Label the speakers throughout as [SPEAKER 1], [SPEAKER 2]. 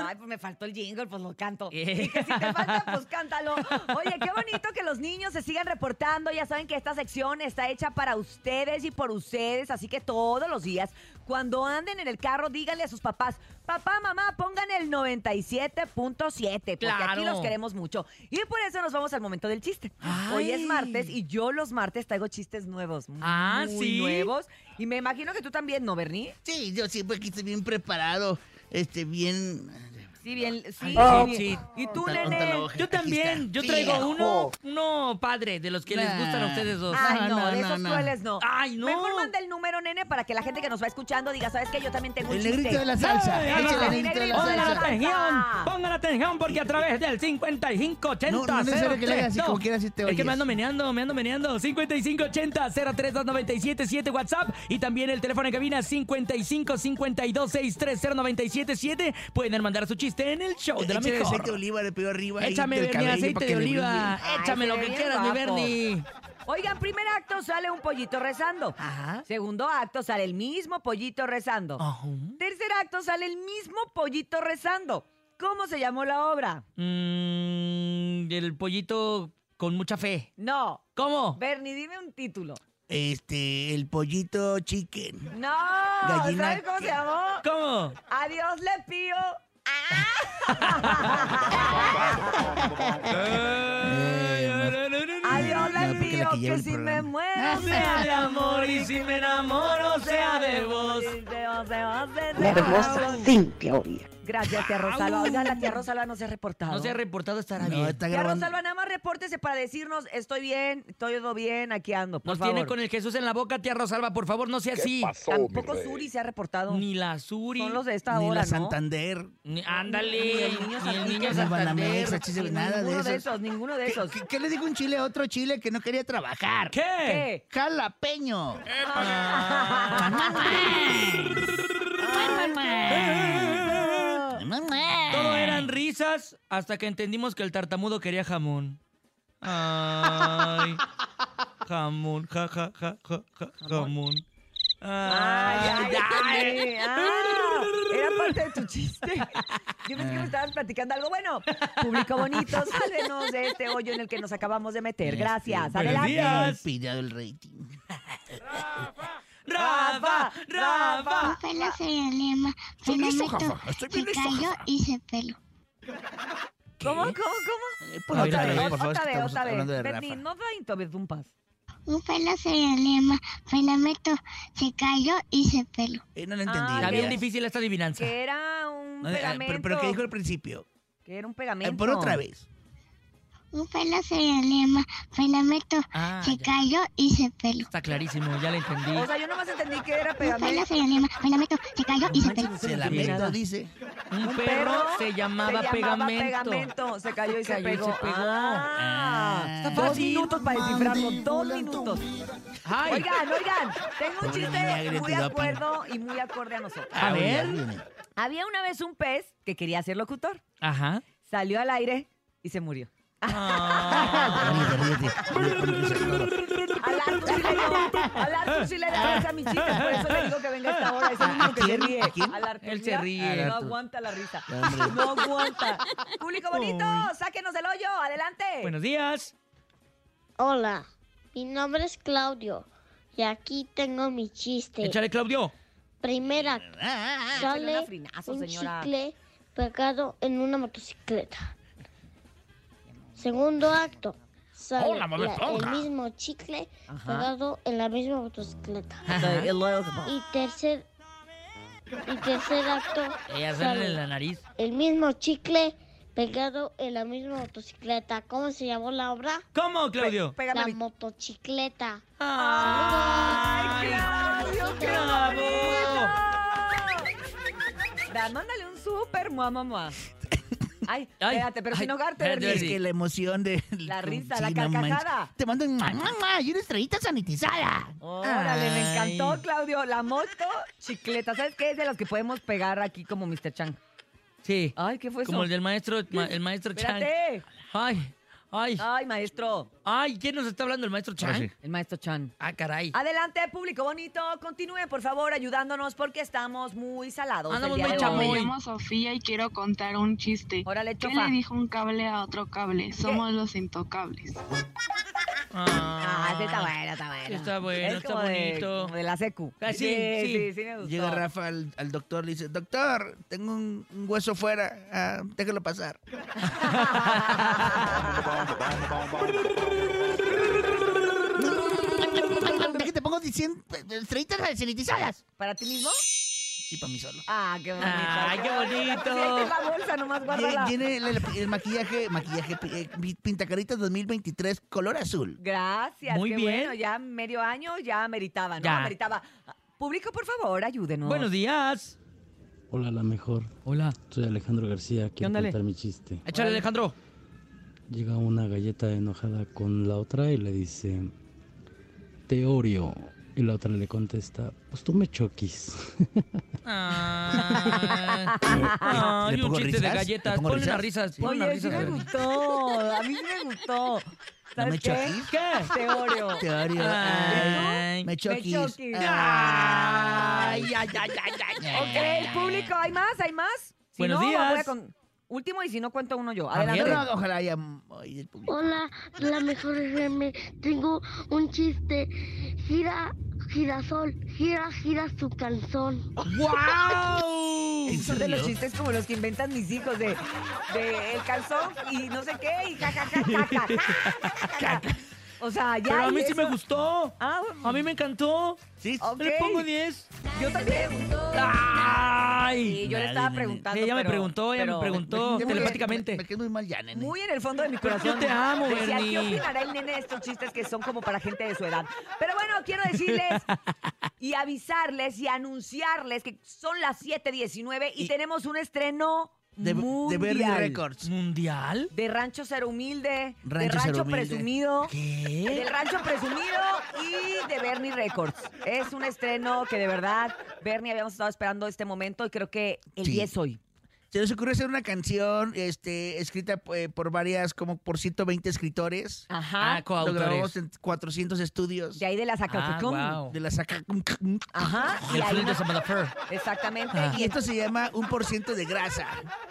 [SPEAKER 1] Ay, pues me faltó el jingle, pues lo canto.
[SPEAKER 2] Eh.
[SPEAKER 1] Y que si te falta, pues cántalo. Oye, qué bonito que los niños se sigan reportando. Ya saben que esta sección está hecha para ustedes y por ustedes. Así que todos los días, cuando anden en el carro, díganle a sus papás, papá, mamá, pongan el 97.7, porque
[SPEAKER 2] Claro.
[SPEAKER 1] aquí los queremos mucho. Y por eso nos vamos al momento del chiste. Hoy es
[SPEAKER 2] Ay.
[SPEAKER 1] martes y yo los martes traigo chistes nuevos.
[SPEAKER 2] Ah,
[SPEAKER 1] muy
[SPEAKER 2] ¿sí?
[SPEAKER 1] nuevos. Y me imagino que tú también, ¿no, Bernie?
[SPEAKER 3] Sí, yo siempre aquí estoy bien preparado, este, bien...
[SPEAKER 1] Sí, bien, sí.
[SPEAKER 2] Ay,
[SPEAKER 1] bien.
[SPEAKER 2] sí.
[SPEAKER 1] ¿Y tú,
[SPEAKER 3] Onta-
[SPEAKER 1] nene?
[SPEAKER 3] ontológico,
[SPEAKER 2] Yo
[SPEAKER 3] Oh. aquí
[SPEAKER 2] también,
[SPEAKER 3] está.
[SPEAKER 2] yo traigo
[SPEAKER 3] Viejo.
[SPEAKER 2] uno, uno padre, de los que les
[SPEAKER 3] Nah. Ah,
[SPEAKER 2] gustan a ustedes dos.
[SPEAKER 1] Ay, no,
[SPEAKER 3] No,
[SPEAKER 1] de
[SPEAKER 3] no,
[SPEAKER 1] esos
[SPEAKER 3] no.
[SPEAKER 1] crueles no.
[SPEAKER 2] Ay, no.
[SPEAKER 1] Mejor manda el número, nene, para que la gente que nos va escuchando diga, ¿sabes qué? Yo también tengo un
[SPEAKER 3] El
[SPEAKER 1] chiste.
[SPEAKER 3] negrito de la salsa.
[SPEAKER 2] Ay,
[SPEAKER 3] échale,
[SPEAKER 2] ay,
[SPEAKER 3] el negrito de la
[SPEAKER 1] ay,
[SPEAKER 2] Pongan
[SPEAKER 1] ay,
[SPEAKER 3] salsa. Ah.
[SPEAKER 1] ay,
[SPEAKER 2] atención,
[SPEAKER 1] salsa.
[SPEAKER 2] pongan atención, porque a través del 5580
[SPEAKER 3] No, no es necesario que le hagas así,
[SPEAKER 2] 03,
[SPEAKER 3] como quiera, así te
[SPEAKER 2] Es que
[SPEAKER 3] oyes.
[SPEAKER 2] me ando meneando, me ando meneando. 5580 03297 WhatsApp y también el teléfono en cabina 5552630977. Pueden mandar su chiste en el show de la
[SPEAKER 3] Échale aceite de
[SPEAKER 2] mejor.
[SPEAKER 3] oliva, le pido arriba.
[SPEAKER 1] Pues,
[SPEAKER 3] ahí
[SPEAKER 2] Échame
[SPEAKER 3] del
[SPEAKER 2] mi
[SPEAKER 3] cabello
[SPEAKER 2] aceite
[SPEAKER 3] para
[SPEAKER 2] de
[SPEAKER 3] que le
[SPEAKER 2] oliva,
[SPEAKER 3] brille.
[SPEAKER 1] Ay,
[SPEAKER 2] échame
[SPEAKER 1] se
[SPEAKER 2] lo
[SPEAKER 1] ve
[SPEAKER 2] que
[SPEAKER 1] bien
[SPEAKER 2] quieras, mi
[SPEAKER 1] guapo.
[SPEAKER 2] Bernie.
[SPEAKER 1] Oigan, primer acto sale un pollito rezando.
[SPEAKER 2] Ajá.
[SPEAKER 1] Segundo acto sale el mismo pollito rezando.
[SPEAKER 2] Ajá.
[SPEAKER 1] Tercer acto sale el mismo pollito rezando. ¿Cómo se llamó la obra?
[SPEAKER 2] Mm, el pollito con mucha fe.
[SPEAKER 1] No.
[SPEAKER 2] ¿Cómo?
[SPEAKER 1] Bernie, dime un título.
[SPEAKER 3] Este, el pollito chicken.
[SPEAKER 1] No.
[SPEAKER 3] Gallina
[SPEAKER 1] ¿Sabes cómo se
[SPEAKER 3] que-
[SPEAKER 1] llamó?
[SPEAKER 2] ¿Cómo?
[SPEAKER 1] Adiós, le pío. Eh, Adiós,
[SPEAKER 3] No,
[SPEAKER 1] le
[SPEAKER 3] porque
[SPEAKER 1] pío.
[SPEAKER 3] la que lleva
[SPEAKER 1] Que
[SPEAKER 3] el
[SPEAKER 1] si me
[SPEAKER 3] programa.
[SPEAKER 1] muero,
[SPEAKER 2] Sea de amor y si me enamoro, sea de vos.
[SPEAKER 1] Hermosa
[SPEAKER 4] Cintia Oria.
[SPEAKER 1] Gracias, tía Rosalba. Oiga, la tía Rosalba no se ha reportado.
[SPEAKER 2] No se ha reportado estará
[SPEAKER 3] No,
[SPEAKER 2] bien.
[SPEAKER 3] está
[SPEAKER 1] Tía
[SPEAKER 3] grabando.
[SPEAKER 1] Rosalba, nada más repórtese para decirnos estoy bien, estoy todo bien, aquí ando, por
[SPEAKER 2] Nos
[SPEAKER 1] favor.
[SPEAKER 2] tiene con el Jesús en la boca, tía Rosalba, por favor, no sea así.
[SPEAKER 1] Tampoco Suri se ha reportado.
[SPEAKER 2] Ni la Suri.
[SPEAKER 1] Son los de esta
[SPEAKER 3] Ni
[SPEAKER 1] hora,
[SPEAKER 3] la
[SPEAKER 1] ¿no?
[SPEAKER 3] Santander.
[SPEAKER 2] ni- ándale.
[SPEAKER 1] Ni
[SPEAKER 2] Ni
[SPEAKER 1] el niño
[SPEAKER 2] el
[SPEAKER 1] Santander.
[SPEAKER 2] niño
[SPEAKER 1] Ni
[SPEAKER 3] Banamex,
[SPEAKER 2] Santander.
[SPEAKER 3] Chile,
[SPEAKER 1] Ni
[SPEAKER 3] nada de
[SPEAKER 1] ninguno de
[SPEAKER 3] esos.
[SPEAKER 1] esos, ninguno de
[SPEAKER 3] ¿Qué,
[SPEAKER 1] esos.
[SPEAKER 3] qué- qué le dijo un chile a otro chile que no quería trabajar?
[SPEAKER 2] ¿Qué?
[SPEAKER 1] ¿Qué?
[SPEAKER 3] Jalapeño.
[SPEAKER 2] Todo eran risas hasta que entendimos que el tartamudo quería jamón. Ay. Jamón, ja, ja, ja, ja, ja, jamón.
[SPEAKER 1] Ay,
[SPEAKER 2] Ay,
[SPEAKER 1] ay,
[SPEAKER 2] ay.
[SPEAKER 1] ay. Ah, era parte de tu chiste. Yo pensé que me estabas platicando algo bueno. Público bonito, sálvenos de este hoyo en el que nos acabamos de
[SPEAKER 3] Este,
[SPEAKER 1] meter. Gracias.
[SPEAKER 2] buenos
[SPEAKER 1] Adelante.
[SPEAKER 2] días.
[SPEAKER 3] Habían pillado el rating.
[SPEAKER 2] Rafa, Rafa.
[SPEAKER 5] Fue
[SPEAKER 4] Ah.
[SPEAKER 5] la Feralema, Fenometo, se cayó y se peló.
[SPEAKER 1] ¿Cómo, cómo, cómo?
[SPEAKER 3] Eh, Por
[SPEAKER 2] A ver,
[SPEAKER 3] otra
[SPEAKER 2] dale,
[SPEAKER 3] vez,
[SPEAKER 2] dale,
[SPEAKER 3] por favor,
[SPEAKER 1] otra
[SPEAKER 3] que
[SPEAKER 1] vez,
[SPEAKER 3] estamos
[SPEAKER 1] otra vez.
[SPEAKER 3] hablando de
[SPEAKER 1] Bernie,
[SPEAKER 3] Rafa.
[SPEAKER 1] no da intobedumpas.
[SPEAKER 5] Fue la Feralema, Fenometo, se cayó y se peló.
[SPEAKER 3] Eh, no lo
[SPEAKER 1] Ah,
[SPEAKER 3] entendí.
[SPEAKER 2] Está
[SPEAKER 1] ok.
[SPEAKER 2] bien
[SPEAKER 3] gracias.
[SPEAKER 2] difícil esta adivinanza.
[SPEAKER 1] Que era un
[SPEAKER 3] No, eh,
[SPEAKER 1] pegamento.
[SPEAKER 3] pero, pero ¿qué dijo al principio?
[SPEAKER 1] Que era un
[SPEAKER 3] Eh,
[SPEAKER 1] pegamento.
[SPEAKER 3] Por otra vez.
[SPEAKER 5] Fue la Feralema, Fenometo,
[SPEAKER 2] Ah,
[SPEAKER 5] se
[SPEAKER 2] ya.
[SPEAKER 5] cayó y se peló.
[SPEAKER 2] Está clarísimo, ya la entendí.
[SPEAKER 1] O sea, yo nomás entendí que era
[SPEAKER 5] Fue la
[SPEAKER 1] pegamento.
[SPEAKER 5] Feralema, Fenometo, se cayó y se peló.
[SPEAKER 3] Se
[SPEAKER 2] la
[SPEAKER 3] lamento, dice.
[SPEAKER 2] Un,
[SPEAKER 1] Un
[SPEAKER 2] perro, se llamaba,
[SPEAKER 1] se llamaba
[SPEAKER 2] pegamento.
[SPEAKER 1] pegamento. Se cayó y se,
[SPEAKER 2] cayó y
[SPEAKER 1] pegó.
[SPEAKER 2] se pegó.
[SPEAKER 1] Ah,
[SPEAKER 3] Ah.
[SPEAKER 1] dos minutos para descifrarlo. Dos minutos.
[SPEAKER 2] Ay,
[SPEAKER 1] Oigan, oigan, tengo un
[SPEAKER 3] Pobre vinagre,
[SPEAKER 1] chiste
[SPEAKER 3] te
[SPEAKER 1] muy
[SPEAKER 3] da
[SPEAKER 1] acuerdo y muy acorde a nosotros.
[SPEAKER 3] Ah,
[SPEAKER 2] A ver.
[SPEAKER 1] Había una vez un pez que quería ser locutor.
[SPEAKER 2] Ajá.
[SPEAKER 1] Salió al aire y se murió.
[SPEAKER 2] Ah.
[SPEAKER 3] Ríete, ríete. Ríete.
[SPEAKER 1] Al Arthur sí le dio, al Arthur sí le da risa a mi chiste, por eso le digo que venga a esta hora. Es el único que se
[SPEAKER 3] quién?
[SPEAKER 1] ríe.
[SPEAKER 3] ¿A quién?
[SPEAKER 1] Al Arthur,
[SPEAKER 2] Él se
[SPEAKER 1] mira,
[SPEAKER 2] ríe,
[SPEAKER 1] No
[SPEAKER 2] Arthur.
[SPEAKER 1] aguanta la risa.
[SPEAKER 3] Hombre.
[SPEAKER 1] No aguanta. Público bonito, sáquenos del hoyo. Adelante.
[SPEAKER 2] Ah, Buenos días.
[SPEAKER 6] Hola, mi nombre es Claudio y aquí tengo mi chiste.
[SPEAKER 2] Échale, Claudio.
[SPEAKER 6] Primera,
[SPEAKER 3] Ah, ah,
[SPEAKER 1] échale un
[SPEAKER 6] sale
[SPEAKER 1] afrinazo,
[SPEAKER 6] un
[SPEAKER 1] señora.
[SPEAKER 6] chicle pegado en una motocicleta. Segundo acto, sale
[SPEAKER 2] Hola, mamá
[SPEAKER 6] la- el
[SPEAKER 2] esponja.
[SPEAKER 6] mismo chicle
[SPEAKER 1] Ajá.
[SPEAKER 6] pegado en la misma motocicleta.
[SPEAKER 2] Ah.
[SPEAKER 1] Soy el loco.
[SPEAKER 6] Y tercer, y tercer acto,
[SPEAKER 2] Ella sale
[SPEAKER 6] sale
[SPEAKER 2] en la nariz.
[SPEAKER 6] el mismo chicle pegado en la misma motocicleta. ¿Cómo se llamó la obra?
[SPEAKER 2] ¿Cómo, Claudio?
[SPEAKER 1] Pégame
[SPEAKER 6] La
[SPEAKER 1] mi-
[SPEAKER 6] motocicleta.
[SPEAKER 2] Ay,
[SPEAKER 1] Claudio, qué
[SPEAKER 2] bravo.
[SPEAKER 1] bonito. Dan, mándale un súper, mua, mua, mua. Ay,
[SPEAKER 2] Ay,
[SPEAKER 1] espérate, pero
[SPEAKER 2] ay,
[SPEAKER 1] sin ahogarte,
[SPEAKER 2] espérate,
[SPEAKER 1] Bernie.
[SPEAKER 3] Es que la emoción de...
[SPEAKER 1] La risa, la
[SPEAKER 3] no manches.
[SPEAKER 1] carcajada. Oh,
[SPEAKER 3] Te mando un... mamá y una estrellita sanitizada.
[SPEAKER 1] Órale, me
[SPEAKER 2] Ay.
[SPEAKER 1] encantó, Claudio. La moto chicleta. ¿Sabes qué? Es de las que podemos pegar aquí como Mr. Chang.
[SPEAKER 2] Sí. Ah,
[SPEAKER 1] Ay, ¿qué fue eso?
[SPEAKER 2] pues Como el del maestro, ma- el maestro Chan.
[SPEAKER 1] Espérate.
[SPEAKER 2] Ay, Ay,
[SPEAKER 1] Ay, maestro.
[SPEAKER 2] ay, ¿quién nos está hablando? ¿El maestro Chan?
[SPEAKER 3] Ah, sí.
[SPEAKER 1] El maestro Chan.
[SPEAKER 2] Ah, caray.
[SPEAKER 1] Adelante, público bonito. Continúe, por favor, ayudándonos porque estamos muy salados.
[SPEAKER 2] Andamos
[SPEAKER 1] el día
[SPEAKER 2] muy
[SPEAKER 1] de hoy.
[SPEAKER 2] chamoy.
[SPEAKER 4] Me llamo Sofía y quiero contar un chiste.
[SPEAKER 1] Órale,
[SPEAKER 4] ¿Qué
[SPEAKER 1] chufa.
[SPEAKER 4] le dijo un cable a otro cable? Somos los intocables.
[SPEAKER 1] Ah,
[SPEAKER 2] Ah,
[SPEAKER 1] sí, está bueno, está bueno.
[SPEAKER 2] sí está bueno,
[SPEAKER 1] Es
[SPEAKER 2] está
[SPEAKER 1] como de-
[SPEAKER 2] bonito.
[SPEAKER 1] como de la secu.
[SPEAKER 2] Ah, sí,
[SPEAKER 1] sí,
[SPEAKER 2] sí.
[SPEAKER 1] sí, sí me gustó.
[SPEAKER 3] Llega Rafa al, al doctor, le dice, doctor, tengo un, un hueso fuera, ah, déjalo pasar. Déjate, pongo 100 estrellitas sanitizadas.
[SPEAKER 1] ¿Para ti mismo?
[SPEAKER 3] Sí, para mí solo.
[SPEAKER 1] Ah, qué bonito.
[SPEAKER 2] Ay, qué bonito.
[SPEAKER 1] Sí, ahí está la bolsa, nomás guárdala.
[SPEAKER 3] Tiene el, el maquillaje, maquillaje, eh, pintacaritas 2023, color azul.
[SPEAKER 1] Gracias.
[SPEAKER 2] Muy
[SPEAKER 1] qué
[SPEAKER 2] bien.
[SPEAKER 1] Bueno, ya medio año ya meritaba, ¿no?
[SPEAKER 2] Ya.
[SPEAKER 1] Meritaba. Público, por favor, ayúdenos.
[SPEAKER 2] Buenos días.
[SPEAKER 7] Hola, la mejor.
[SPEAKER 2] Hola.
[SPEAKER 7] Soy Alejandro García. Quiero
[SPEAKER 2] Ándale.
[SPEAKER 7] contar mi chiste.
[SPEAKER 2] Échale, Alejandro.
[SPEAKER 7] Llega una galleta enojada con la otra y le dice, te orio. Y la otra le contesta, pues tú me choquis.
[SPEAKER 2] Ah,
[SPEAKER 3] ¿Le
[SPEAKER 2] Ay, un
[SPEAKER 3] pongo
[SPEAKER 2] chiste de
[SPEAKER 3] risas?
[SPEAKER 2] galletas.
[SPEAKER 3] ¿Le pongo
[SPEAKER 2] Ponle unas
[SPEAKER 3] risas?
[SPEAKER 2] risas. Ponle unas
[SPEAKER 1] Oye, sí
[SPEAKER 2] risas.
[SPEAKER 1] me gustó. A mí sí me gustó.
[SPEAKER 3] ¿No
[SPEAKER 1] ¿Sabes
[SPEAKER 3] me
[SPEAKER 1] qué?
[SPEAKER 3] choquis?
[SPEAKER 2] ¿Qué?
[SPEAKER 1] Te oreo.
[SPEAKER 3] Te odio.
[SPEAKER 2] Ay.
[SPEAKER 3] me choquis.
[SPEAKER 1] Oh.
[SPEAKER 3] Ah.
[SPEAKER 1] choquis. Ah.
[SPEAKER 3] Ay, ay, ay, ay, ay.
[SPEAKER 1] Ok, público, ¿hay más? ¿Hay más? Si
[SPEAKER 2] Buenos
[SPEAKER 1] no,
[SPEAKER 2] días.
[SPEAKER 1] voy a con- Último y si no cuento uno yo.
[SPEAKER 3] Yo
[SPEAKER 1] Adelante.
[SPEAKER 3] no, ojalá haya... ay, el público.
[SPEAKER 6] Hola, la mejor FM. Tengo un chiste. Gira, girasol, gira, gira su calzón.
[SPEAKER 2] ¡Wow!
[SPEAKER 1] Esos son de los chistes como los que inventan mis hijos de, de el calzón y no sé qué y jajajaja. O sea, ya.
[SPEAKER 2] Pero a
[SPEAKER 1] y
[SPEAKER 2] mí sí me
[SPEAKER 1] eso-
[SPEAKER 2] gustó.
[SPEAKER 1] Ah,
[SPEAKER 2] A mí me encantó.
[SPEAKER 3] Sí,
[SPEAKER 1] Ok.
[SPEAKER 2] Le pongo 10.
[SPEAKER 1] yo también. Sí,
[SPEAKER 2] Ah. ¡Ay!
[SPEAKER 1] yo le estaba preguntando.
[SPEAKER 2] Ella me
[SPEAKER 1] pero-
[SPEAKER 2] preguntó, ella me
[SPEAKER 1] pero-
[SPEAKER 2] preguntó
[SPEAKER 3] me- me-
[SPEAKER 2] telepáticamente.
[SPEAKER 3] Me quedé muy mal ya, nene.
[SPEAKER 1] Muy en el fondo de mi corazón.
[SPEAKER 2] yo te amo,
[SPEAKER 1] Decía, ¿qué
[SPEAKER 2] Bernie.
[SPEAKER 1] opinará el nene de estos chistes que son como para gente de su edad? Pero bueno, quiero decirles y avisarles y anunciarles que son las 7.19 y,
[SPEAKER 2] Y-
[SPEAKER 1] tenemos un estreno
[SPEAKER 3] De, de
[SPEAKER 1] mundial.
[SPEAKER 3] Bernie Records.
[SPEAKER 2] ¿Mundial?
[SPEAKER 1] De Rancho Cero Humilde, de
[SPEAKER 3] Rancho
[SPEAKER 1] Rancho
[SPEAKER 3] Cero Humilde.
[SPEAKER 1] Presumido,
[SPEAKER 2] ¿Qué?
[SPEAKER 1] del Rancho Presumido y de Bernie Records. Es un estreno que de verdad, Bernie, habíamos estado esperando este momento y creo que el
[SPEAKER 3] Sí.
[SPEAKER 1] día es hoy.
[SPEAKER 3] Se nos ocurrió hacer una canción este, escrita eh, por varias, como por 120 escritores.
[SPEAKER 1] Ajá.
[SPEAKER 2] Ah,
[SPEAKER 3] Lo grabamos
[SPEAKER 2] coautores.
[SPEAKER 3] en 400 estudios.
[SPEAKER 1] de ahí de la
[SPEAKER 2] Ah,
[SPEAKER 1] Zacapucón.
[SPEAKER 2] wow.
[SPEAKER 3] De la saca.
[SPEAKER 1] Ajá. y
[SPEAKER 2] El
[SPEAKER 1] ahí
[SPEAKER 2] flip de
[SPEAKER 1] nos-
[SPEAKER 2] esa motherfucker.
[SPEAKER 1] Exactamente.
[SPEAKER 2] Ah.
[SPEAKER 3] Y esto se llama un por ciento de grasa.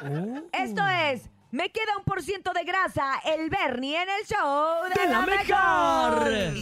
[SPEAKER 1] Esto es
[SPEAKER 2] ¡Oh!
[SPEAKER 1] Me queda un por ciento de grasa, el Bernie en el show de, la, mejor.